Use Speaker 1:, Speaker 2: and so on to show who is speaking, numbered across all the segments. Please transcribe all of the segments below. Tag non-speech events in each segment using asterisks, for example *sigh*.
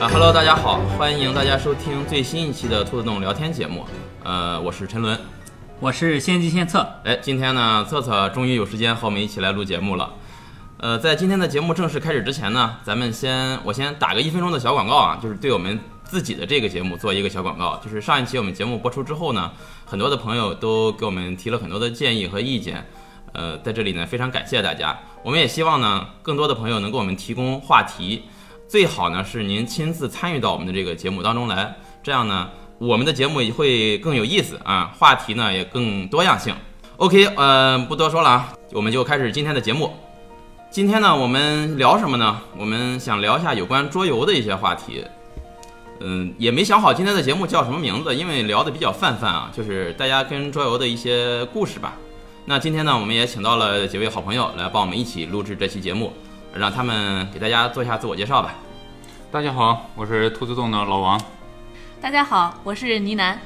Speaker 1: 啊 Hello，大家好，欢迎大家收听最新一期的兔子洞聊天节目。呃，我是陈伦。
Speaker 2: 我是先机献策，
Speaker 1: 哎，今天呢，策策终于有时间和我们一起来录节目了。呃，在今天的节目正式开始之前呢，咱们先我先打个一分钟的小广告啊，就是对我们自己的这个节目做一个小广告。就是上一期我们节目播出之后呢，很多的朋友都给我们提了很多的建议和意见。呃，在这里呢，非常感谢大家。我们也希望呢，更多的朋友能给我们提供话题，最好呢是您亲自参与到我们的这个节目当中来，这样呢，我们的节目也会更有意思啊，话题呢也更多样性。OK，呃，不多说了啊，我们就开始今天的节目。今天呢，我们聊什么呢？我们想聊一下有关桌游的一些话题。嗯，也没想好今天的节目叫什么名字，因为聊的比较泛泛啊，就是大家跟桌游的一些故事吧。那今天呢，我们也请到了几位好朋友来帮我们一起录制这期节目，让他们给大家做一下自我介绍吧。
Speaker 3: 大家好，我是兔子洞的老王。
Speaker 4: 大家好，我是倪楠。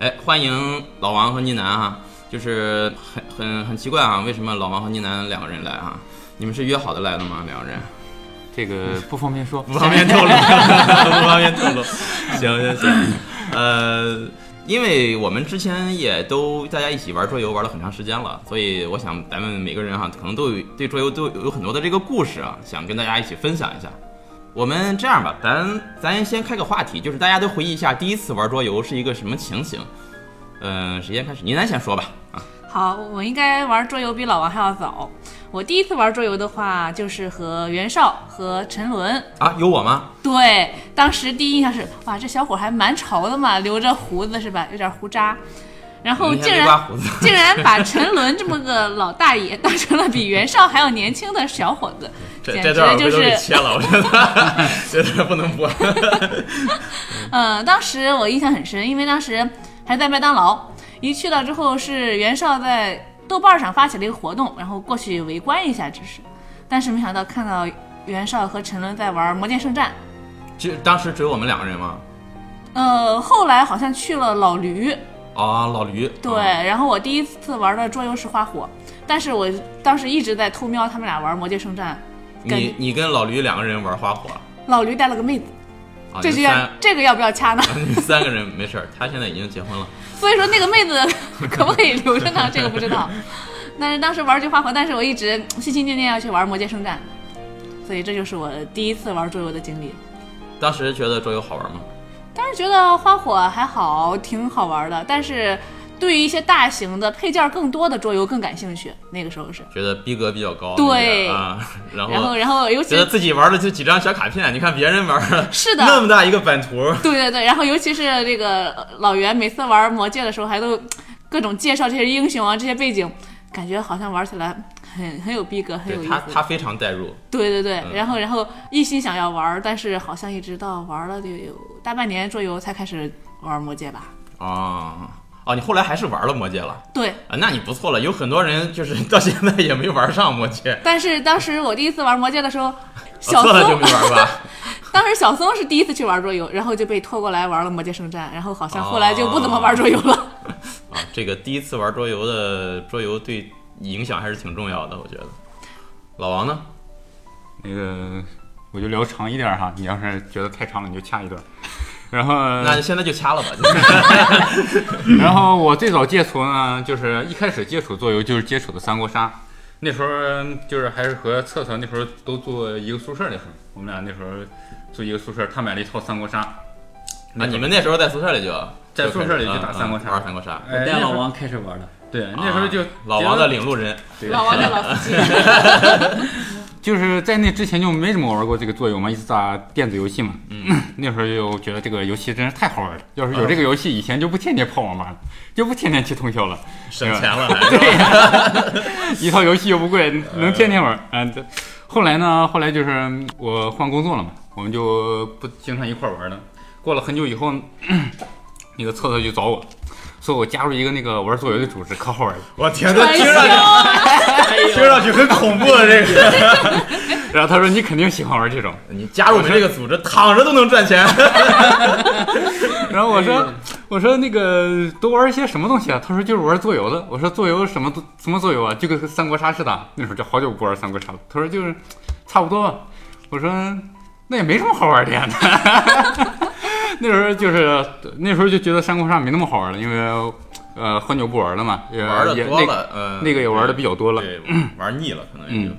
Speaker 1: 哎，欢迎老王和倪楠啊！就是很很很奇怪啊，为什么老王和倪楠两个人来啊？你们是约好的来的吗？两个人
Speaker 3: 这个不方
Speaker 1: *laughs*
Speaker 3: 便说，
Speaker 1: 不方便透露，不方便透露。行行行，呃，因为我们之前也都大家一起玩桌游玩了很长时间了，所以我想咱们每个人哈、可能都有对桌游都有很多的这个故事啊，想跟大家一起分享一下。我们这样吧，咱咱先开个话题，就是大家都回忆一下第一次玩桌游是一个什么情形。嗯、谁先开始？倪楠先说吧。啊，
Speaker 4: 好，我应该玩桌游比老王还要早。我第一次玩桌游的话，就是和袁绍和陈伦。
Speaker 1: 啊，有我吗？
Speaker 4: 对，当时第一印象是，哇，这小伙还蛮潮的嘛，留着胡子是吧？有点胡渣。然后
Speaker 1: 你还
Speaker 4: 哦竟
Speaker 1: 没刮
Speaker 4: 然
Speaker 1: 胡子。
Speaker 4: *laughs* 竟然把陈伦这么个老大爷当成了比袁绍还要年轻的小伙子，
Speaker 1: *laughs* *laughs* 这
Speaker 4: 简
Speaker 1: 这
Speaker 4: 直
Speaker 1: 段我
Speaker 4: 就
Speaker 1: 回头
Speaker 4: 是
Speaker 1: 给切了，我觉得 *laughs* 这段不能播。
Speaker 4: 嗯，当时我印象很深，因为当时还在麦当劳，一去到之后是袁绍在豆瓣上发起了一个活动，然后过去围观一下，只是，但是没想到看到袁绍和陈伦在玩《魔剑圣战》，
Speaker 1: 就当时只有我们两个人吗？
Speaker 4: 呃，后来好像去了老驴，
Speaker 1: 啊，老驴。
Speaker 4: 对，
Speaker 1: 啊
Speaker 4: 然后我第一次玩的桌游是花火，但是我当时一直在偷瞄他们俩玩《魔界圣战
Speaker 1: 你你跟老驴两个人玩花火，》，
Speaker 4: 老驴带了个妹子，
Speaker 1: 啊，
Speaker 4: 这
Speaker 1: 你们
Speaker 4: 就要
Speaker 1: 三
Speaker 4: 这个要不要掐呢？
Speaker 1: *laughs* 你们三个人没事儿，他现在已经结婚了。
Speaker 4: 所以说那个妹子 *laughs* 可不可以留着呢？这个不知道。 *laughs* 但是当时玩菊花活，但是我一直心心念念要去玩《魔界圣战》，所以这就是我第一次玩桌游的经历。
Speaker 1: 当时觉得桌游好玩吗？
Speaker 4: 当时觉得花火还好，挺好玩的，但是对于一些大型的配件更多的桌游更感兴趣。那个时候是，
Speaker 1: 觉得逼格比较高。
Speaker 4: 对
Speaker 1: 啊，然
Speaker 4: 然后然后尤其
Speaker 1: 觉得自己玩的就几张小卡片，你看别人玩儿
Speaker 4: 是的，
Speaker 1: 那么大一个版图，
Speaker 4: 对对对，然后尤其是这个呃老袁，每次玩魔界的时候，还都各种介绍这些英雄啊，这些背景，感觉好像玩起来很很有逼格，很有
Speaker 1: 对
Speaker 4: 意
Speaker 1: 他
Speaker 4: 思。
Speaker 1: 他非常代入。
Speaker 4: 对对对，
Speaker 1: 嗯
Speaker 4: 然后然后一心想要玩，但是好像一直到玩了得有大半年桌游才开始玩魔界吧。
Speaker 1: 啊哦，你后来还是玩了魔戒了
Speaker 4: 对，
Speaker 1: 啊？那你不错了，有很多人就是 *laughs* 到现在也没玩上魔戒。
Speaker 4: 但是当时我第一次玩魔界的时候，
Speaker 1: 我 *laughs*
Speaker 4: 小
Speaker 1: 错了就
Speaker 4: 松
Speaker 1: 没玩吧。
Speaker 4: 当时小松是第一次去玩桌游，然后就被拖过来玩了魔界圣战，然后好像后来就不怎么玩桌游了。
Speaker 1: 啊，这个第一次玩桌游的桌游对影响还是挺重要的，我觉得。老王呢？
Speaker 3: 那个我就聊长一点哈。你要是觉得太长了，你就掐
Speaker 1: *laughs*
Speaker 3: 一段。然后，
Speaker 1: 那现在就掐
Speaker 3: *laughs*
Speaker 1: 了吧。
Speaker 3: 然后我最早接触呢，就是一开始接触桌游就是接触的三国杀。那时候就是还是和策策那时候都住一个宿舍的时候，我们俩那时候住一个宿舍，他买了一套三国杀。
Speaker 1: 啊，你们那时候在宿舍里就
Speaker 3: 在宿舍里
Speaker 1: 就开
Speaker 3: 就
Speaker 1: 始
Speaker 3: 打三国杀
Speaker 1: 嗯嗯玩三国杀。
Speaker 3: 哎
Speaker 2: 带
Speaker 3: 那时
Speaker 2: 老
Speaker 3: 候
Speaker 2: 王开始玩的。
Speaker 3: 对，那时候就
Speaker 1: 啊老王的
Speaker 3: 领。
Speaker 1: 领路人，
Speaker 3: 对
Speaker 4: *laughs* 老王的老司机，
Speaker 3: 就是在那之前就没怎么玩过这个桌游嘛，一直打电子游戏嘛。嗯， *clears throat* 那时候就觉得这个游戏真是太好玩了。要是有这个游戏，以前就不天天泡网吧了， *laughs* 就不天天去通宵了。
Speaker 1: 省钱了哎还。
Speaker 3: *laughs* 对呀、 *laughs* 一套游戏又不贵，能天天玩。嗯，这后来呢？后来就是嗯我换工作了嘛，我们就不经常一块儿玩了。过了很久以后， *clears throat* 那个策策就找我，说我加入一个那个玩桌游的组织，可好玩了。
Speaker 1: 我天
Speaker 4: 传销
Speaker 1: 听上去很恐怖的这个。
Speaker 3: 然后他说你肯定喜欢玩这种。
Speaker 1: 你加入我们这个组织，躺着都能赚
Speaker 3: *laughs*
Speaker 1: 钱。
Speaker 3: 然后哦我说，我说那个都玩一些什么东西啊？他说就是玩桌游的。我说桌游什么都什么桌游啊？就跟三国杀似的。那时候就好久不玩三国杀了。他说就是差不多吧。我说那也没什么好玩的呀。 *laughs* 那时候就是那时候就觉得山空上没那么好玩了，因为呃很久不玩了嘛，也
Speaker 1: 玩
Speaker 3: 也
Speaker 1: 的多
Speaker 3: 那
Speaker 1: 了，呃，
Speaker 3: 那个也玩的比较多了。
Speaker 1: 对，玩腻了可能也就。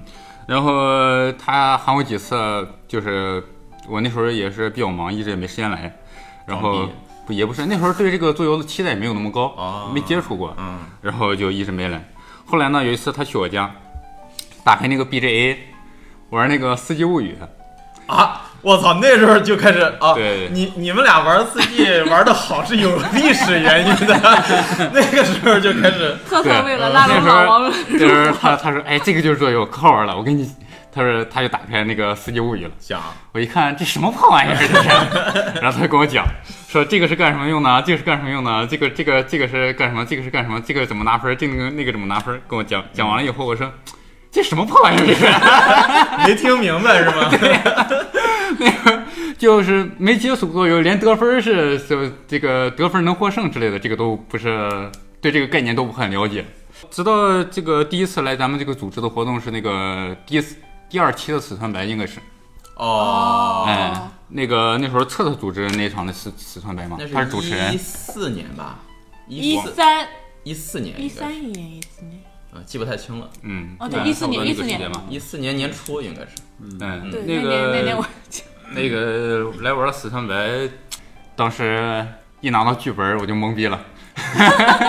Speaker 3: 然后他喊我几次，就是我那时候也是比较忙，一直也没时间来。然后
Speaker 1: 装逼
Speaker 3: 不也不是那时候对这个桌游的期待也没有那么高，
Speaker 1: 哦
Speaker 3: 没接触过，
Speaker 1: 嗯，
Speaker 3: 然后就一直没来。后来呢，有一次他去我家，打开那个 BGA，玩那个《四季物语》。
Speaker 1: 啊，我操，那时候就开始啊，
Speaker 3: 对
Speaker 1: 你你们俩玩四 G 玩的好是有历史原因
Speaker 3: *laughs*
Speaker 1: 的，那个时候就开始
Speaker 4: 特特
Speaker 3: 对
Speaker 4: 为了拉
Speaker 3: 那
Speaker 4: 拢
Speaker 3: 时
Speaker 4: 老
Speaker 3: 候
Speaker 4: 王们，
Speaker 3: 那时候他他说哎这个就是桌游，可好玩了，我跟你。他说他就打开那个《四季物语》了。
Speaker 1: 想，
Speaker 3: 我一看这什么破玩意儿， *laughs* 这是，然后他就跟我讲说这个是干什么用的啊，这个是干什么用的啊，这个这个这个是干什么，这个是干什么，这个怎么拿分儿，这个那个怎么拿分儿，跟我讲讲完了以后，我说这什么破玩意儿，这是。 *laughs*
Speaker 1: 没听明白是 *laughs* 吗？
Speaker 3: 那个就是没接触过，有连得分是就这个得分能获胜之类的，这个都不是对这个概念都不很了解。直到这个第一次来咱们这个组织的活动是那个第一次第二期的死团白，应该是，
Speaker 1: 哦，
Speaker 3: 哎，那个那时候策策组织那场的死死团白嘛，他是主持人
Speaker 1: 一，四年吧，
Speaker 4: 一
Speaker 1: 四
Speaker 4: 三
Speaker 1: 一四年
Speaker 4: 一
Speaker 1: 应该
Speaker 4: 三
Speaker 1: 是，
Speaker 4: 一年一四年，
Speaker 1: 啊，记不太清了，
Speaker 3: 嗯，
Speaker 4: 哦对
Speaker 3: 嗯
Speaker 4: 14
Speaker 3: 差不多那个
Speaker 4: 年14
Speaker 3: 时
Speaker 4: 年
Speaker 3: 间嘛，
Speaker 1: 一四年年初应该是，
Speaker 3: 嗯，
Speaker 4: 对
Speaker 3: 那
Speaker 4: 年那年
Speaker 3: 个
Speaker 4: 我
Speaker 3: *laughs* 那个来玩了死团白，当时一拿到剧本我就懵逼了。 *laughs*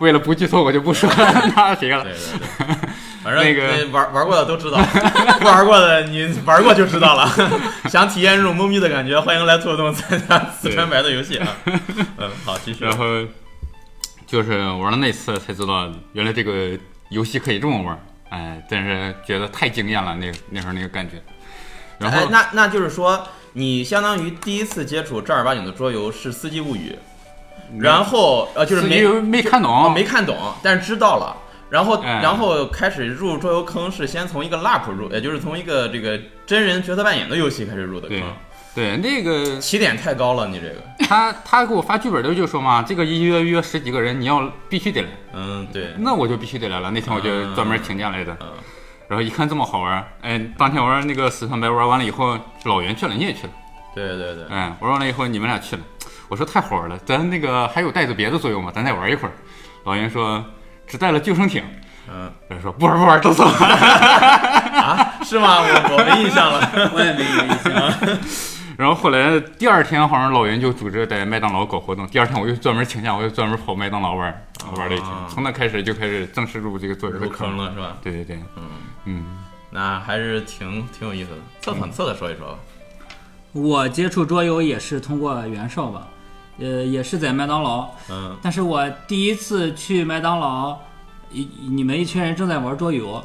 Speaker 3: 为了不剧透，我就不说那谁了
Speaker 1: 对。对对，
Speaker 3: *laughs*
Speaker 1: 反正
Speaker 3: 那个
Speaker 1: 玩玩过的都知道， *laughs* 不玩过的你玩过就知道了。 *laughs* 想体验这种懵逼的感觉，欢迎来兔子洞参加四川白的游戏
Speaker 3: *laughs*
Speaker 1: 啊。嗯，好，继续。
Speaker 3: 然后就是玩了那次才知道，原来这个游戏可以这么玩儿。哎，真是觉得太惊艳了，那那时候那个感觉。然后、
Speaker 1: 哎，那那就是说，你相当于第一次接触正儿八经的桌游是《司机物语》，
Speaker 3: 嗯
Speaker 1: 然后呃，就是
Speaker 3: 自
Speaker 1: 没
Speaker 3: 己又没看
Speaker 1: 哦
Speaker 3: 懂，
Speaker 1: 没看懂，但是知道了。然后，
Speaker 3: 哎
Speaker 1: 然后开始入桌游坑是先从一个 LARP 入，也就是从一个这个真人角色扮演的游戏开始入的坑
Speaker 3: 对，对那个
Speaker 1: 起点太高了，你这个，
Speaker 3: 他他给我发剧本的时候就说嘛，这个一约约十几个人，你要必须得来。
Speaker 1: 嗯，对，
Speaker 3: 那我就必须得来了。那天我就专门请假来的，
Speaker 1: 嗯
Speaker 3: 然后一看这么好玩儿，哎，当天玩那个死团白玩完了以后，老袁去了，你也去了，
Speaker 1: 对对对，
Speaker 3: 哎，玩完了以后你们俩去了，我说太好玩了，咱那个还有带着别的作用吗？咱再玩一会儿。老袁说只带了救生艇，
Speaker 1: 嗯
Speaker 3: 我说不玩不玩都走了。 *laughs*
Speaker 1: 啊，是吗？我我没印象
Speaker 2: *laughs*
Speaker 1: 了。
Speaker 2: 哎我也没有印象。 *laughs*
Speaker 3: 然后后来第二天好像老袁就组织在麦当劳搞活动，第二天我又专门请假，我又专门跑麦当劳玩儿玩了一天
Speaker 1: 啊，
Speaker 3: 从那开始就开始正式入这个作者的
Speaker 1: 入坑
Speaker 3: 坑。
Speaker 1: 了是吧？
Speaker 3: 对对对，
Speaker 1: 嗯，
Speaker 3: 嗯。
Speaker 1: 那还是挺挺有意思的。侧侧侧侧说一说吧。
Speaker 2: 我接触桌游也是通过袁绍吧，呃，也是在麦当劳。
Speaker 1: 嗯
Speaker 2: 但是我第一次去麦当劳，一你们一群人正在玩桌游，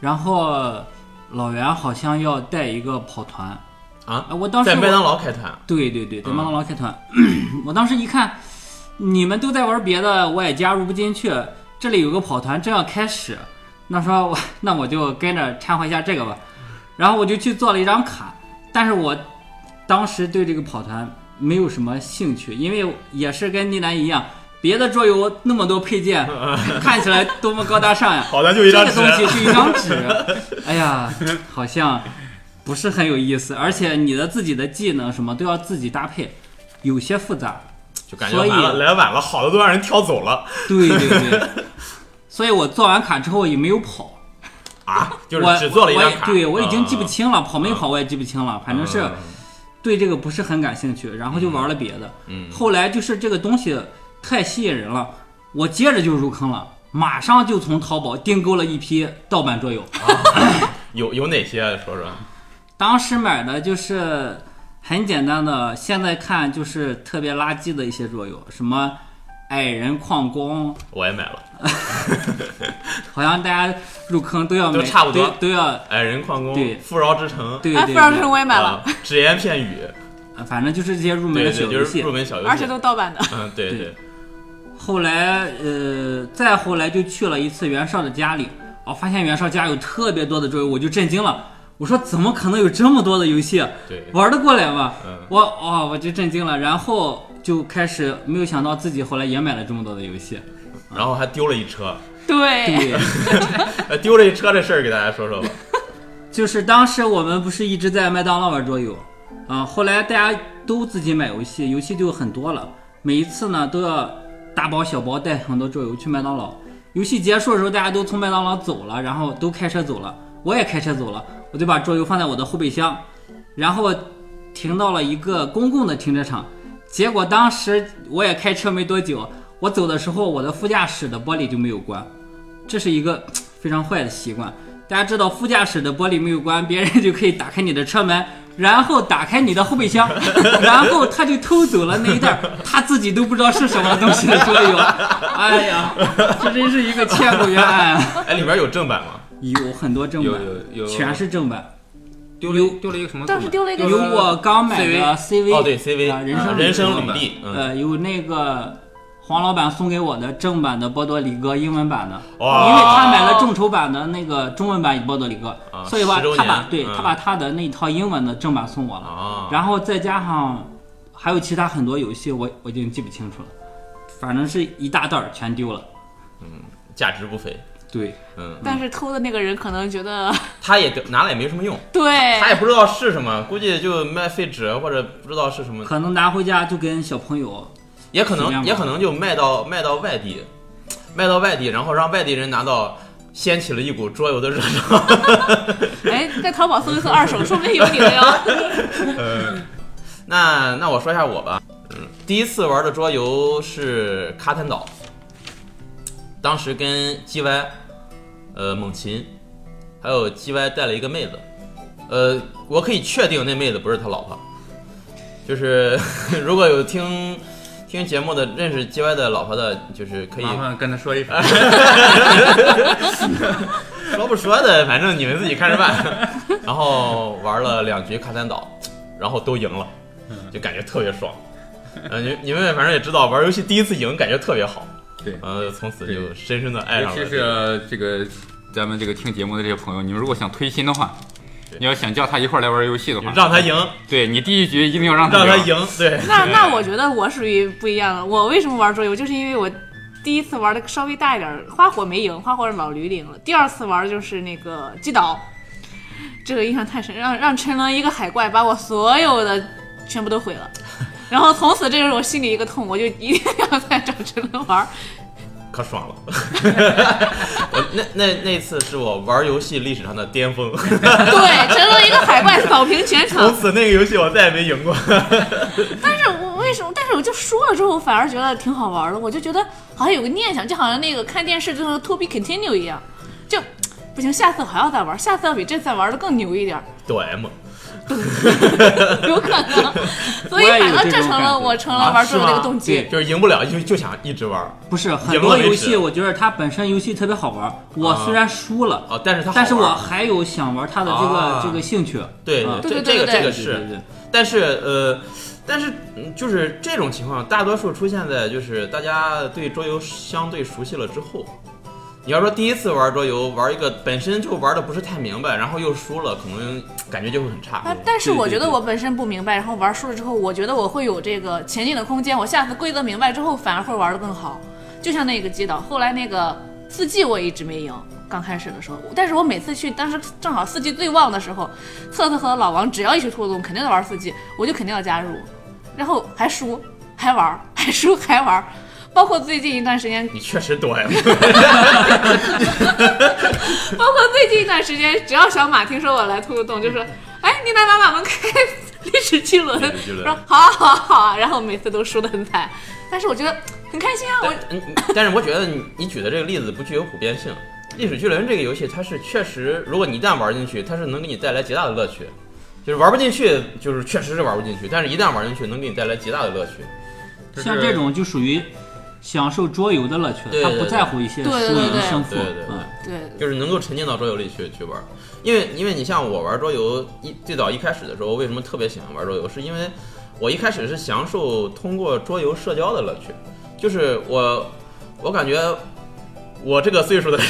Speaker 2: 然后老袁好像要带一个跑团，
Speaker 1: 啊，
Speaker 2: 啊我当时
Speaker 1: 在
Speaker 2: 我
Speaker 1: 麦当劳开团，
Speaker 2: 对对对，在
Speaker 1: 嗯
Speaker 2: 麦当劳开团， *clears throat* 我当时一看，你们都在玩别的，我也加入不进去。这里有个跑团正要开始，那说我那我就跟着掺和一下这个吧。然后我就去做了一张卡，但是我当时对这个跑团没有什么兴趣，因为也是跟倪楠一样，别的桌游那么多配件，看起来多么高大上呀，
Speaker 1: 好像就
Speaker 2: 这个东西是一张纸，哎呀，好像不是很有意思，而且你的自己的技能什么都要自己搭配，有些复杂。
Speaker 1: 就感觉
Speaker 2: 所以
Speaker 1: 完了，来晚了，好的都让人挑走了
Speaker 2: 对对对，所以我做完卡之后也没有跑，
Speaker 1: 啊！就是
Speaker 2: 我
Speaker 1: 只做了一张
Speaker 2: 我也
Speaker 1: 卡。
Speaker 2: 对我已经
Speaker 1: 嗯
Speaker 2: 记不，清了，跑没跑我也记不清了，反正是
Speaker 1: 嗯
Speaker 2: 对这个不是很感兴趣，然后就玩了别的。
Speaker 1: 嗯
Speaker 2: 后来就是这个东西太吸引人了，我接着就入坑了，马上就从淘宝订购了一批盗版桌游。
Speaker 1: 有有哪些啊说说？
Speaker 2: 当时买的就是很简单的，现在看就是特别垃圾的一些桌游，什么矮人矿工，
Speaker 1: 我也买了，
Speaker 2: 好像大家入坑都要买，
Speaker 1: 都差不多
Speaker 2: 都都要
Speaker 1: 矮哎人矿
Speaker 2: 对
Speaker 1: 工、富饶之城，
Speaker 2: 对
Speaker 4: 哎，
Speaker 2: 对
Speaker 4: 不知道是
Speaker 2: 对，
Speaker 4: 我也买了，
Speaker 1: 啊，只言片
Speaker 2: *laughs*
Speaker 1: 语，
Speaker 2: 反正就是这些入门
Speaker 1: 对
Speaker 2: 的小
Speaker 1: 对，
Speaker 2: 游
Speaker 1: 就是
Speaker 2: 戏。
Speaker 1: 入门小游
Speaker 4: 而且
Speaker 1: 戏。
Speaker 4: 都盗版的。
Speaker 1: 嗯，对
Speaker 2: 对
Speaker 1: 对，
Speaker 2: 后来呃，再后来就去了一次袁绍的家里，我、发现袁绍家有特别多的桌游，我就震惊了。我说怎么可能有这么多的游戏？啊
Speaker 1: 对
Speaker 2: 玩得过来吗？ *laughs*
Speaker 1: 嗯
Speaker 2: 我哦，我就震惊了，然后就开始没有想到自己后来也买了这么多的游戏。
Speaker 1: 然后还丢了一车， *laughs* 哎
Speaker 4: 对，
Speaker 2: 对， *laughs*
Speaker 1: 呃，丢了一车这事儿给大家说说吧。
Speaker 2: 就是当时我们不是一直在麦当劳玩桌游，啊、后来大家都自己买游戏，游戏就很多了。每一次呢，都要大包小包带很多桌游去麦当劳。游戏结束的时候，大家都从麦当劳走了，然后都开车走了，我也开车走了，我就把桌游放在我的后备箱，然后我停到了一个公共的停车场。结果当时我也开车没多久，我走的时候，我的副驾驶的玻璃就没有关，这是一个非常坏的习惯。大家知道副驾驶的玻璃没有关，别人就可以打开你的车门，然后打开你的后备
Speaker 3: *laughs*
Speaker 2: 箱，然后他就偷走了那一袋儿他自己都不知道是什么东西的桌游。哎呀，这真是一个千古冤案啊！
Speaker 1: 哎，里面有正版吗？
Speaker 2: 有很多正
Speaker 3: 有
Speaker 2: 版，
Speaker 3: 有有，
Speaker 2: 全是正版，
Speaker 3: 丢了一丢了一个什么字
Speaker 4: 当
Speaker 3: 母？
Speaker 4: 时丢了一个
Speaker 2: 有我刚买的 CV，
Speaker 1: 哦，对，CV
Speaker 2: 啊人生
Speaker 1: 人生履历，嗯，
Speaker 2: 呃，有那个黄老板送给我的正版的《波多黎各》英文版的，
Speaker 1: 哇
Speaker 2: 因为他买了众筹版的那个中文版《波多黎各》
Speaker 1: 啊
Speaker 2: 所以吧
Speaker 1: 10周，
Speaker 2: 他
Speaker 1: 年
Speaker 2: 把对、
Speaker 1: 嗯
Speaker 2: 他把他的那套英文的正版送我了，
Speaker 1: 啊，
Speaker 2: 然后再加上还有其他很多游戏我，我已经记不清楚了，反正是一大袋儿全丢了。
Speaker 1: 价值不菲，
Speaker 2: 对，
Speaker 1: 嗯，
Speaker 4: 但是偷的那个人可能觉得， *laughs*
Speaker 1: 他也拿了也没什么用，
Speaker 4: 对，
Speaker 1: 他也不知道是什么，估计就卖废纸啊或者不知道是什么，
Speaker 2: 可能拿回家就跟小朋友，
Speaker 1: 也可
Speaker 2: 尽量
Speaker 1: 能
Speaker 2: 吧
Speaker 1: 也可能就卖到卖到外地，卖到外地，然后让外地人拿到，掀起了一股桌游的热潮。 *laughs*
Speaker 4: 哎，在淘宝搜一搜二手，说不定有你
Speaker 1: *laughs*
Speaker 4: 的哟。
Speaker 1: 那那我说一下我吧，嗯，第一次玩的桌游是《卡坦岛》，当时跟 GY，呃，猛禽，还有 GY 带了一个妹子，呃，我可以确定那妹子不是他老婆，就是 *laughs* 如果有听听节目的认识 GY 的老婆的，就是可以
Speaker 3: 麻烦跟他说一声。
Speaker 1: 说不说的，反正你们自己看着办。 *laughs* 然后玩了两局卡坦岛，然后都赢了，就感觉特别爽。呃，你你们反正也知道，玩游戏第一次赢感觉特别好，
Speaker 3: 对，
Speaker 1: 呃，从此就
Speaker 3: 对
Speaker 1: 深深的爱
Speaker 3: 尤
Speaker 1: 上
Speaker 3: 其
Speaker 1: 了
Speaker 3: 是
Speaker 1: 这个。
Speaker 3: 呃这个咱们这个听节目的这些朋友，你们如果想推新的话，
Speaker 1: 对
Speaker 3: 你要想叫他一块儿来玩游戏的话，
Speaker 1: 让他赢，
Speaker 3: 对你第一局一定要让他
Speaker 1: 让他赢，对，
Speaker 4: 那那我觉得我属于不一样了。我为什么玩桌游？就是因为我第一次玩的稍微大一点儿，花火没赢，花火是老驴赢了。第二次玩的就是那个击倒，这个印象太深，让让陈龙一个海怪把我所有的全部都毁了。 *laughs* 然后从此这就是我心里一个痛，我就一定要再找陈伦玩儿。
Speaker 1: 可爽了。 *laughs* 我那那那次是我玩游戏历史上的巅
Speaker 4: *laughs*
Speaker 1: 峰，
Speaker 4: 对，陈伦一个海怪扫平全场
Speaker 1: 从，此那个游戏我再也没赢过。
Speaker 4: 但是我为什么？但是我就说了之后，我反而觉得挺好玩的。我就觉得好像有个念想，就好像那个看电视就是 to be continue 一样，就不行，下次我还要再玩，下次要比这次玩的更牛一点儿，
Speaker 1: 哆 M，
Speaker 4: 有可能。所以
Speaker 2: 啊我也有
Speaker 4: 反正
Speaker 2: 这
Speaker 4: 这
Speaker 2: 种
Speaker 4: 成
Speaker 2: 感
Speaker 4: 了
Speaker 2: 觉
Speaker 4: 我成
Speaker 1: 啊
Speaker 4: 了玩出的那
Speaker 2: 是
Speaker 4: 个
Speaker 2: 吗
Speaker 4: 动机
Speaker 2: 对。
Speaker 1: 就是赢不了就就想一直玩儿
Speaker 2: 不是很
Speaker 1: 赢了
Speaker 2: 多
Speaker 1: 为
Speaker 2: 游
Speaker 1: 止
Speaker 2: 戏，我觉得它本身游戏特别好玩。我
Speaker 1: 啊
Speaker 2: 虽然输了，
Speaker 1: 啊，但是他好
Speaker 2: 但是
Speaker 1: 玩
Speaker 2: 我
Speaker 1: 儿
Speaker 2: 还有想玩它的这个、
Speaker 1: 啊
Speaker 2: 这个兴趣。
Speaker 1: 对
Speaker 2: 啊
Speaker 1: 这
Speaker 4: 对
Speaker 1: 这
Speaker 4: 对对
Speaker 1: 个这
Speaker 4: 对
Speaker 1: 个
Speaker 2: 对
Speaker 1: 是
Speaker 2: 对对
Speaker 1: 但是呃，但是嗯就是这种情况，大多数出现在就是大家对桌游相对熟悉了之后。你要说第一次玩桌游，玩一个本身就玩的不是太明白，然后又输了，可能感觉就会很差
Speaker 4: 啊。！但是
Speaker 2: 对
Speaker 4: 我
Speaker 2: 对
Speaker 4: 觉得
Speaker 2: 对
Speaker 4: 我本身不明白，然后玩输了之后，我觉得我会有这个前进的空间。我下次规则明白之后，反而会玩的更好。就像那个击倒，后来那个四季我一直没赢，刚开始的时候，但是我每次去，当时正好四季最旺的时候，策策和老王只要一去兔动，肯定要玩四季，我就肯定要加入，然后还输，还玩， *laughs* 还输，还玩。包括最近一段时间
Speaker 1: 你确实多呀，
Speaker 4: *laughs* 包括最近一段时间，只要小马听说我来兔兔洞，就说：“哎，你来把马们开历史巨轮。
Speaker 1: 嗯历史巨”轮
Speaker 4: 说：“好啊，好啊，好啊。”然后每次都输得很惨，但是我觉得很开心啊。
Speaker 1: *laughs*
Speaker 4: 我
Speaker 1: 嗯，但是我觉得你你举的这个例子不具有普遍性。历史巨轮这个游戏，它是确实，如果你一旦玩进去，它是能给你带来极大的乐趣。就是玩不进去，就是确实是玩不进去，但是一旦玩进去，能给你带来极大的乐趣。
Speaker 3: 就是
Speaker 2: 像这种就属于享受桌游的乐趣
Speaker 1: 对
Speaker 2: 了，他
Speaker 1: 对
Speaker 2: 不
Speaker 1: 对
Speaker 2: 在乎一些输
Speaker 4: 对对对
Speaker 2: 赢
Speaker 4: 对
Speaker 2: 胜负。
Speaker 1: 对对对
Speaker 2: 嗯
Speaker 4: 对
Speaker 1: 就是能够沉浸到桌游里去去玩儿，因为因为你像我玩桌游一最早一开始的时候，为什么特别喜欢玩桌游，是因为我一开始是享受通过桌游社交的乐趣，就是我我感觉我这个岁数的人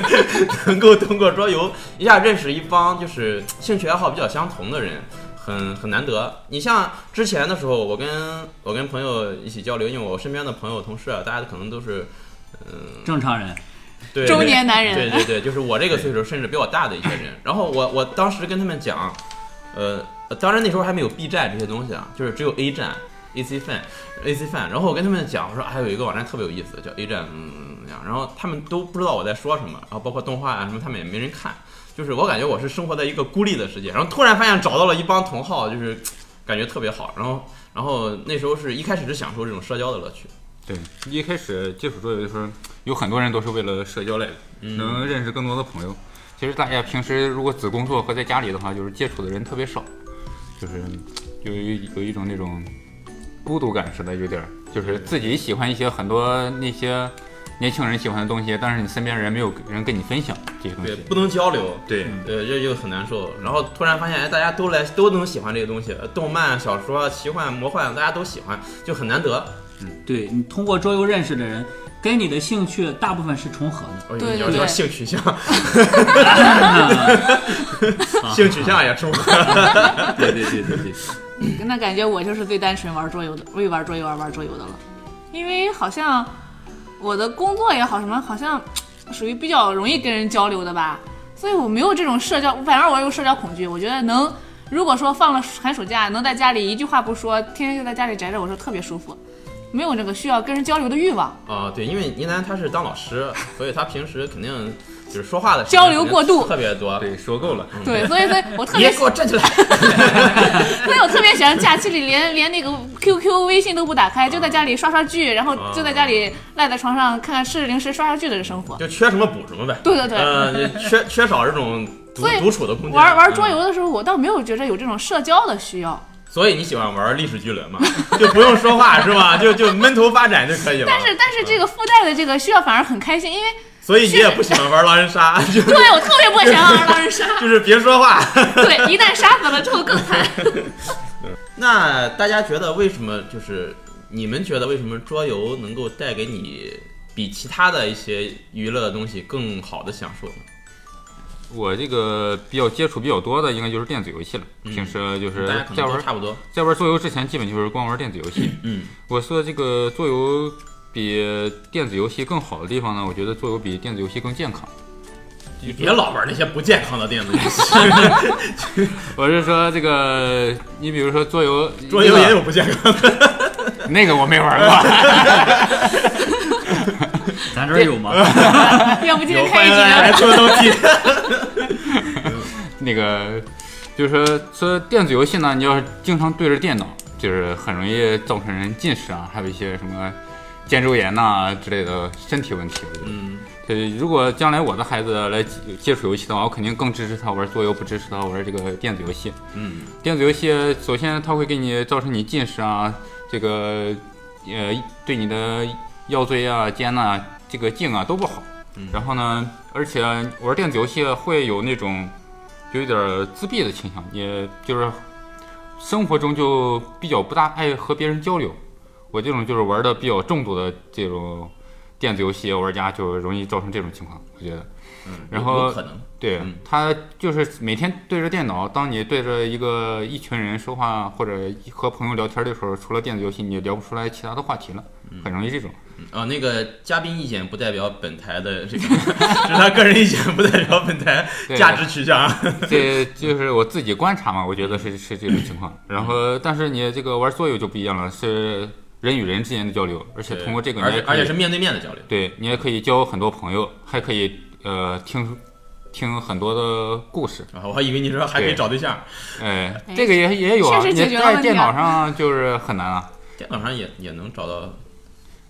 Speaker 1: *laughs* 能够通过桌游一下认识一帮就是兴趣爱好比较相同的人。很很难得。你像之前的时候，我跟我跟朋友一起交流，因为我身边的朋友、同事啊，大家可能都是
Speaker 2: 正常人
Speaker 1: 对
Speaker 4: 中年男人
Speaker 1: 对对对，就是我这个岁数，甚至比我大的一些人。然后我我当时跟他们讲，呃，当然那时候还没有 B 站这些东西啊，就是只有 A 站、AC Fan、AC Fan。然后我跟他们讲，我说还有一个网站特别有意思，叫 A 站，嗯嗯嗯，然后他们都不知道我在说什么，然后包括动画啊什么，他们也没人看。就是我感觉我是生活在一个孤立的世界，然后突然发现找到了一帮同好，就是感觉特别好。然后然后那时候是一开始是享受这种社交的乐趣，
Speaker 3: 对，一开始接触桌游的时候，有很多人都是为了社交来的，
Speaker 1: 嗯
Speaker 3: 能认识更多的朋友。其实大家平时如果只工作和在家里的话，就是接触的人特别少，就是有一有一种那种孤独感似的，有点儿就是自己喜欢一些很多那些年轻人喜欢的东西，但是你身边人没有人跟你分享这些东
Speaker 1: 对，
Speaker 3: 西。
Speaker 1: 不能交流，
Speaker 3: 对
Speaker 1: 对，这就很难受。然后突然发现，哎，大家都来都能喜欢这个东西，动漫、小说、奇幻、魔幻，大家都喜欢，就很难得。
Speaker 2: 对你通过桌游认识的人，跟你的兴趣大部分是重合的。
Speaker 1: 哎呦
Speaker 4: 对
Speaker 1: 你要
Speaker 4: 对
Speaker 1: 叫
Speaker 4: 对
Speaker 1: 性
Speaker 4: *laughs*
Speaker 1: 取向，性取向也重合。
Speaker 2: 对对对对对，
Speaker 4: 那感觉我就是最单纯玩桌游的，为玩桌游而玩桌游的了，因为好像我的工作也好什么，好像属于比较容易跟人交流的吧，所以我没有这种社交，反而我有社交恐惧。我觉得能，如果说放了寒暑假，能在家里一句话不说，天天就在家里宅着，我说特别舒服，没有这个需要跟人交流的欲望。
Speaker 1: 啊、对，因为倪楠他是当老师，所以他平时肯定就是说话的时间
Speaker 4: 交流过度
Speaker 1: 肯定特别多。
Speaker 3: *laughs* 对，说够了。
Speaker 4: 对，所以所以我特
Speaker 1: 你也
Speaker 4: 别，
Speaker 1: 给我站起来！
Speaker 4: 所以我特别喜欢假期里连连那个 QQ、微信都不打开，就在家里刷刷剧，然后就在家里赖在床上看看吃零食、刷刷剧的生活。
Speaker 1: 就缺什么补什么呗。
Speaker 4: 对对对
Speaker 1: 呃，缺缺少这种独
Speaker 4: 所以
Speaker 1: 独处的空间。
Speaker 4: 玩玩桌
Speaker 1: 嗯哦
Speaker 4: 游的时候，我倒没有觉着有这种社交的需要，
Speaker 1: 所以你喜欢玩历史巨轮嘛？ *laughs* 就不用说话是吧？就就闷头发展就可以了。
Speaker 4: 但是但是这个附带的这个需要反而很开
Speaker 1: *laughs*
Speaker 4: 心，因为
Speaker 1: 所以你也不喜欢玩狼人杀，就
Speaker 4: 对我特别不喜欢玩狼人
Speaker 1: *laughs*
Speaker 4: 杀，
Speaker 1: 就是别说话。
Speaker 4: 对，一旦杀死了之后更
Speaker 1: *laughs*
Speaker 4: 惨。
Speaker 1: 那大家觉得为什么就是你们觉得为什么桌游能够带给你比其他的一些娱乐的东西更好的享受呢？
Speaker 3: 我这个比较接触比较多的，应该就是电子游戏了。平时就是
Speaker 1: 嗯大家可
Speaker 3: 在
Speaker 1: 能
Speaker 3: 玩
Speaker 1: 都差不多。
Speaker 3: 在玩桌游之前，基本就是光玩电子游
Speaker 1: *clears throat*
Speaker 3: 戏。
Speaker 1: 嗯，
Speaker 3: 我说这个桌游比电子游戏更好的地方呢，我觉得桌游比电子游戏更健康。
Speaker 1: 你别老玩那些不健康的电子游
Speaker 3: *laughs*
Speaker 1: 戏，
Speaker 3: 我是说这个，你比如说桌游，
Speaker 1: 桌游也有不健康的。
Speaker 3: 那个那个我没玩过，
Speaker 2: 咱这儿有吗？
Speaker 4: 要不今天
Speaker 1: 有
Speaker 4: 开
Speaker 1: 欢
Speaker 4: 一
Speaker 1: 迎
Speaker 4: 局
Speaker 1: 大家来
Speaker 4: 聊
Speaker 1: 做做题。
Speaker 3: *laughs* 那个就是说说电子游戏呢，你要是经常对着电脑，就是很容易造成人近视啊，还有一些什么肩周炎呐、之类的身体问题。我觉得
Speaker 1: 嗯，
Speaker 3: 对，如果将来我的孩子来接接触游戏的话，我肯定更支持他玩桌游，不支持他玩这个电子游戏。
Speaker 1: 嗯，
Speaker 3: 电子游戏首先它会给你造成你近视啊，这个呃对你的腰椎啊、肩呐、这个颈啊都不好。
Speaker 1: 嗯
Speaker 3: 然后呢，而且玩电子游戏会有那种有一点儿自闭的倾向，也就是生活中就比较不大爱和别人交流。我这种就是玩的比较重度的这种电子游戏玩家，就容易造成这种情况，我觉得。
Speaker 1: 嗯
Speaker 3: 然后
Speaker 1: 有可能，
Speaker 3: 对、
Speaker 1: 嗯
Speaker 3: 他就是每天对着电脑，当你对着一个一群人说话或者一和朋友聊天的时候，除了电子游戏，你也聊不出来其他的话题了，很容易这种。
Speaker 1: 啊，那个嘉宾意见不代表本台的 *laughs* 这个，是他个人意见，不代表本台
Speaker 3: 对
Speaker 1: 价值取向啊。
Speaker 3: *laughs* 这就是我自己观察嘛，我觉得是是这种情况。然后，但是你这个玩桌游就不一样了，是人与人之间的交流，而且通过这个你
Speaker 1: 而
Speaker 3: 也
Speaker 1: 且
Speaker 3: 可
Speaker 1: 而
Speaker 3: 以
Speaker 1: 且是面对面的交流。
Speaker 3: 对你也可以交很多朋友，还可以呃听听很多的故事。
Speaker 1: 啊，我还以为你说还可以找对象，
Speaker 3: 哎
Speaker 4: 哎，
Speaker 3: 这个也也有啊，
Speaker 4: 确实
Speaker 3: 你
Speaker 4: 解决了
Speaker 3: 在
Speaker 4: 问题啊
Speaker 3: 电脑上就是很难啊，
Speaker 1: 电脑上也也能找到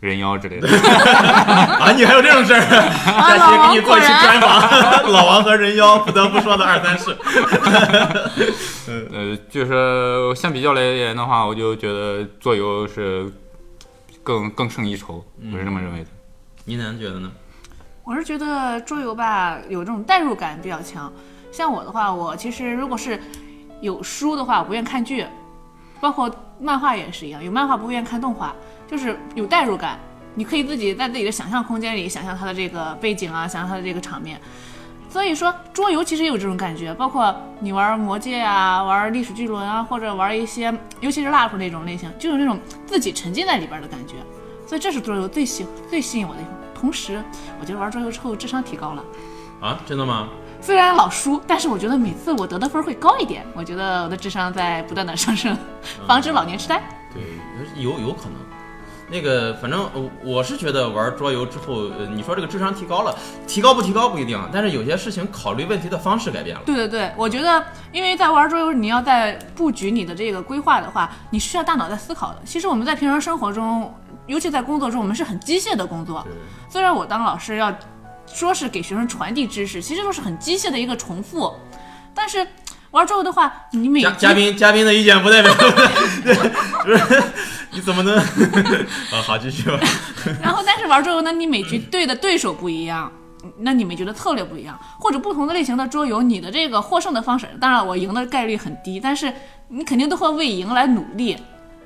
Speaker 3: 人妖之类的。
Speaker 1: 啊！你还有这种事儿？
Speaker 4: 啊，
Speaker 1: *laughs* 下
Speaker 4: 老
Speaker 1: 期给
Speaker 4: 王
Speaker 1: 你做
Speaker 4: 果
Speaker 1: 一期
Speaker 4: 然
Speaker 1: 专
Speaker 4: *laughs*
Speaker 1: 访，老王和人妖不得不说的二三事。
Speaker 3: 呃，就是相比较来言的话，我就觉得桌游是更更胜一筹，我是这么认为的。
Speaker 1: 您楠觉得呢？
Speaker 4: 我是觉得桌游吧，有这种代入感比较强。像我的话，我其实如果是有书的话，我不愿意看剧，包括漫画也是一样，有漫画不愿意看动画，就是有代入感。你可以自己在自己的想象空间里想象它的这个背景啊，想象它的这个场面。所以说，桌游其实也有这种感觉，包括你玩魔界啊，玩历史巨轮啊，或者玩一些，尤其是 LARP 那种类型，就有那种自己沉浸在里边的感觉。所以这是桌游最吸最吸引我的地方。同时，我觉得玩桌游之后智商提高了。
Speaker 1: 啊，真的吗？
Speaker 4: 虽然老输，但是我觉得每次我得的分儿会高一点。我觉得我的智商在不断的上升，
Speaker 1: 嗯
Speaker 4: 防止老年痴呆。
Speaker 1: 对，有有可能。那个，反正呃我是觉得玩桌游之后，呃，你说这个智商提高了，提高不提高不一定，但是有些事情考虑问题的方式改变了。
Speaker 4: 对对对，我觉得，因为在玩桌游，你要在布局你的这个规划的话，你需要大脑在思考的。其实我们在平常生活中，尤其在工作中，我们是很机械的工作。虽然我当老师要说是给学生传递知识，其实都是很机械的一个重复，但是玩桌游的话，你每
Speaker 1: 嘉嘉宾嘉宾的意见不代表， *laughs* 对，不是你怎么能？ *laughs* 啊，好，继续吧。
Speaker 4: *laughs* 然后，但是玩桌游呢，你每局对的对手不一样，那你每局的策略不一样，或者不同的类型的桌游，你的这个获胜的方式，当然我赢的概率很低，但是你肯定都会为赢来努力。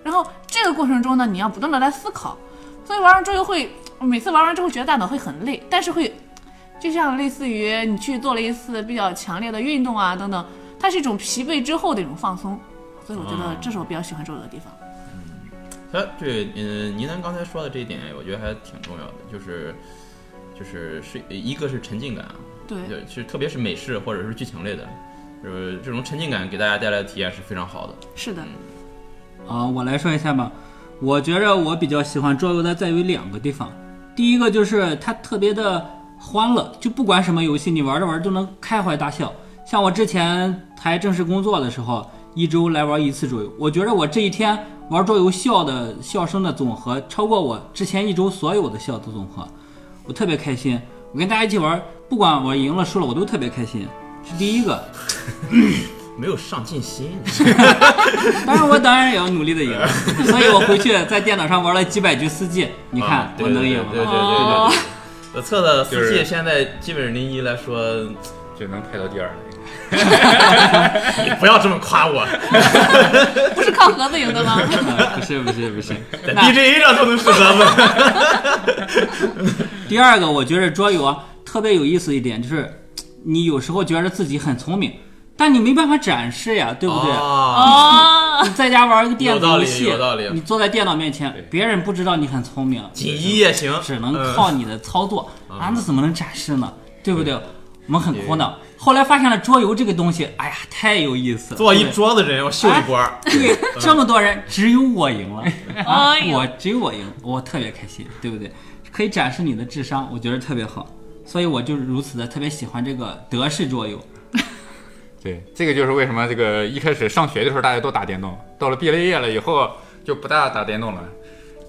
Speaker 4: 然后这个过程中呢，你要不断的来思考，所以玩完桌游会，每次玩完之后觉得大脑会很累，但是会就像类似于你去做了一次比较强烈的运动啊等等，它是一种疲惫之后的一种放松。所以我觉得这是我比较喜欢桌游的地方。
Speaker 1: 他对，嗯，倪楠刚才说的这一点，我觉得还挺重要的，就是就是是一个是沉浸感啊，
Speaker 4: 对，
Speaker 1: 就其实特别是美式或者是剧情类的，就是这种沉浸感给大家带来的体验是非常好的。
Speaker 4: 是的，
Speaker 2: 啊，我来说一下吧。我觉着我比较喜欢桌游的在于两个地方，第一个就是它特别的欢乐，就不管什么游戏，你玩着玩着都能开怀大笑。像我之前还正式工作的时候，一周来玩一次桌游，我觉着我这一天玩桌游笑的笑声的总和，超过我之前一周所有的笑的总和，我特别开心。我跟大家一起玩，不管我赢了输了，我都特别开心，是第一个。
Speaker 1: 没有上进心，
Speaker 2: 当然，我当然也要努
Speaker 1: *laughs*
Speaker 2: 力的赢，所以我回去在电脑上玩了几百局四季，你看
Speaker 1: 啊对
Speaker 2: 我能赢
Speaker 1: 对对对
Speaker 2: 吗？
Speaker 1: 对
Speaker 4: 哦
Speaker 1: 对对。我测的
Speaker 3: 就
Speaker 1: 四
Speaker 3: 是
Speaker 1: 季现在基本临沂来说，
Speaker 3: 就能排到第二了。
Speaker 1: 你不要这么夸我，
Speaker 4: 不是靠盒子赢的吗？ *laughs*
Speaker 2: 啊不是不是
Speaker 3: *laughs*
Speaker 2: 不是。
Speaker 1: 在
Speaker 2: 那
Speaker 1: BGA 上都能是咱们。
Speaker 2: 第二个，我觉得桌游啊特别有意思一点就是，你有时候觉得自己很聪明，但你没办法展示呀，对不对？
Speaker 1: 哦，
Speaker 4: 哦，
Speaker 2: 你在家玩一个电子游戏，
Speaker 1: 有道理有道理嗯
Speaker 2: 你坐在电脑面前
Speaker 3: 对，
Speaker 2: 别人不知道你很聪明，
Speaker 1: 锦衣也行，
Speaker 2: 只能靠你的操作、
Speaker 1: 嗯
Speaker 2: 啊，那怎么能展示呢？对不对？我们很苦恼。后来发现了桌游这个东西，哎呀，太有意思了。
Speaker 1: 坐
Speaker 2: 对
Speaker 1: 一
Speaker 2: 不对
Speaker 1: 桌子人，我秀一波。
Speaker 2: 对，这么多人，只有我赢了，啊
Speaker 4: 哎、呦
Speaker 2: 我只有我赢，我特别开心，对不对？可以展示你的智商，我觉得特别好，所以我就如此的特别喜欢这个德式桌游。
Speaker 3: 对，这个就是为什么这个一开始上学的时候大家都打电动，到了毕了业了以后就不大打电动了。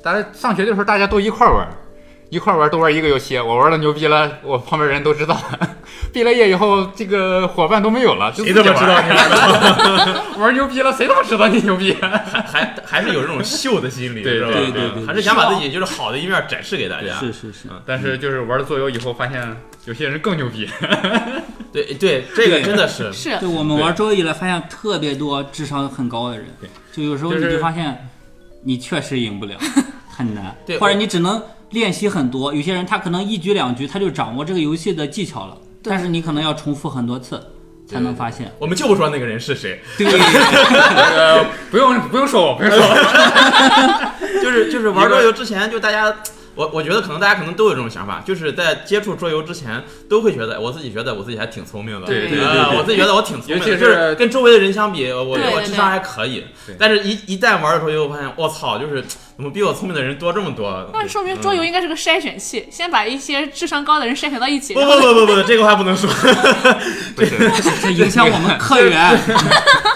Speaker 3: 大家上学的时候大家都一块儿玩，一块儿玩都玩一个游戏，我玩的牛逼了，我旁边人都知道了。 *laughs* 毕了业以后，这个伙伴都没有了，就
Speaker 1: 谁他妈
Speaker 3: 自己
Speaker 1: 知
Speaker 3: 玩
Speaker 1: 道你玩的？
Speaker 3: *laughs* 玩牛逼了，谁他妈知道你牛逼？
Speaker 1: 还还是有这种秀的心理，
Speaker 3: 对
Speaker 1: 是吧？
Speaker 2: 对对对
Speaker 1: 还是想把自己就是好的一面展示给大家。
Speaker 2: 是是是，
Speaker 3: 但是就是玩了桌游以后，发现有些人更牛 *laughs* 逼。
Speaker 1: 对对，这个
Speaker 2: 对
Speaker 1: 真的是
Speaker 4: 是
Speaker 2: 对我们玩桌游以来，发现特别多智商很高的人，就有时候你
Speaker 3: 就是
Speaker 2: 就发现你确实赢不了，很难
Speaker 1: 对，
Speaker 2: 或者
Speaker 1: 我
Speaker 2: 你只能练习很多。有些人他可能一局两局他就掌握这个游戏的技巧了，
Speaker 4: 对
Speaker 2: 但是你可能要重复很多次才能发现。
Speaker 1: 我们就不说那个人是谁，
Speaker 2: 对。
Speaker 3: 呃，不用不用说我，不用说我。 *laughs*
Speaker 1: 就是就是玩桌游之前，就大家，我我觉得可能大家可能都有这种想法，就是在接触桌游之前，都会觉得我自己觉得我自己还挺聪明的，
Speaker 3: 对
Speaker 4: 对
Speaker 1: 啊
Speaker 3: 对对
Speaker 1: 我自己觉得我挺聪明的，
Speaker 3: 尤其
Speaker 1: 就是是跟周围的人相比，我
Speaker 4: 对对
Speaker 1: 我智商还可以
Speaker 3: 对，
Speaker 1: 但是一一旦玩桌游，我发现我操，就是怎么比我聪明的人多这么多？嗯
Speaker 4: 那说明桌游应该是个筛选器，先把一些智商高的人筛选到一起，
Speaker 1: 不
Speaker 4: 然
Speaker 1: 不
Speaker 4: 后
Speaker 1: 不不不，这个话不能说， *laughs*
Speaker 3: 不是，
Speaker 2: 这影响我们客源。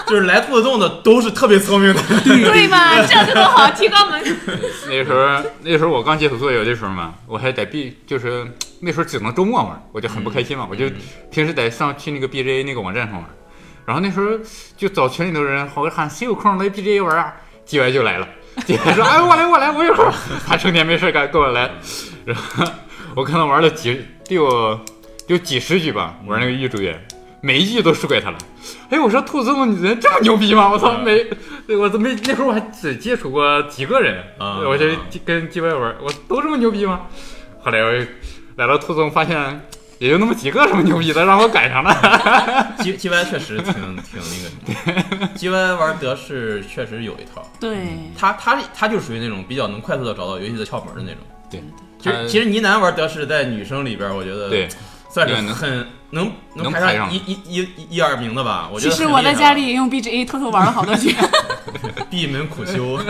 Speaker 1: 就是来兔子洞的都是特别聪明的，
Speaker 4: 对吧？这样就多好，提高门
Speaker 3: *laughs* 那时候那时候我刚接触桌游的时候嘛，我还在 B 就是那时候只能周末玩，我就很不开心嘛，我就平时在上去那个 BJ 那个网站上玩，然后那时候就找群里头人，好喊谁有空来 BJ 玩啊，几歪就来了，几歪说哎我来我来我有空，他成天没事干跟我来，然后我看他玩了几得有得有几十局吧，玩那个玉竹园。每一局都输给他了，哎，我说兔子洞人这么牛逼吗？我操，没，我怎么没那时候我还只接触过几个人
Speaker 1: 啊
Speaker 3: 我就跟 G Y 玩，我都这么牛逼吗？后来我来了兔子洞，发现也就那么几个这么牛逼的，让我赶上了。
Speaker 1: G G Y 确实挺挺那个，G Y 玩德式确实有一套，
Speaker 4: 对，
Speaker 1: 他他他就属于那种比较能快速的找到游戏的窍门的那种。
Speaker 3: 对，
Speaker 1: 其
Speaker 3: 呃
Speaker 1: 实其实呢喃玩德式在女生里边儿，我觉得
Speaker 3: 对，
Speaker 1: 算是
Speaker 3: 对能
Speaker 1: 很能
Speaker 3: 能
Speaker 1: 排
Speaker 3: 排上
Speaker 1: 一一一一一二名的吧。我觉
Speaker 4: 其
Speaker 1: 得
Speaker 4: 实
Speaker 1: 很
Speaker 4: 我
Speaker 1: 厉害啊
Speaker 4: 在家
Speaker 1: 了
Speaker 4: 里也用 BGA 偷偷玩了好
Speaker 1: *laughs*
Speaker 4: 多局，
Speaker 1: 闭门
Speaker 4: *laughs*
Speaker 1: 苦修，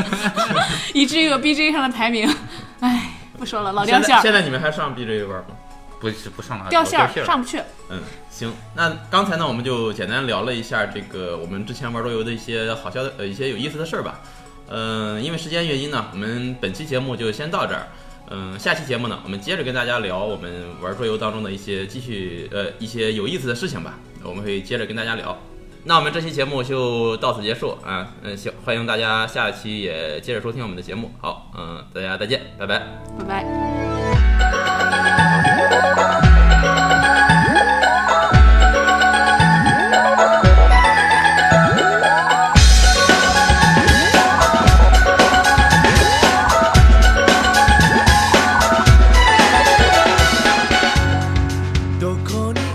Speaker 4: 以至于我 BGA 上的排名，唉，不说了，老掉
Speaker 1: 现
Speaker 4: 线
Speaker 1: 在
Speaker 4: 儿，
Speaker 1: 现在你们还上 B 这一玩吗？
Speaker 3: 不不上了，
Speaker 4: 掉线
Speaker 3: 儿
Speaker 4: 儿，上不去。
Speaker 1: 嗯，行，那刚才呢，我们就简单聊了一下这个我们之前玩桌游的一些好笑的呃一些有意思的事儿吧。嗯、因为时间原因呢，我们本期节目就先到这儿。嗯、下期节目呢，我们接着跟大家聊我们玩桌游当中的一些继续呃一些有意思的事情吧。我们会接着跟大家聊。那我们这期节目就到此结束啊，嗯，行，欢迎大家下期也接着收听我们的节目。好，嗯、大家再见，拜拜。
Speaker 4: 拜拜。
Speaker 5: どこに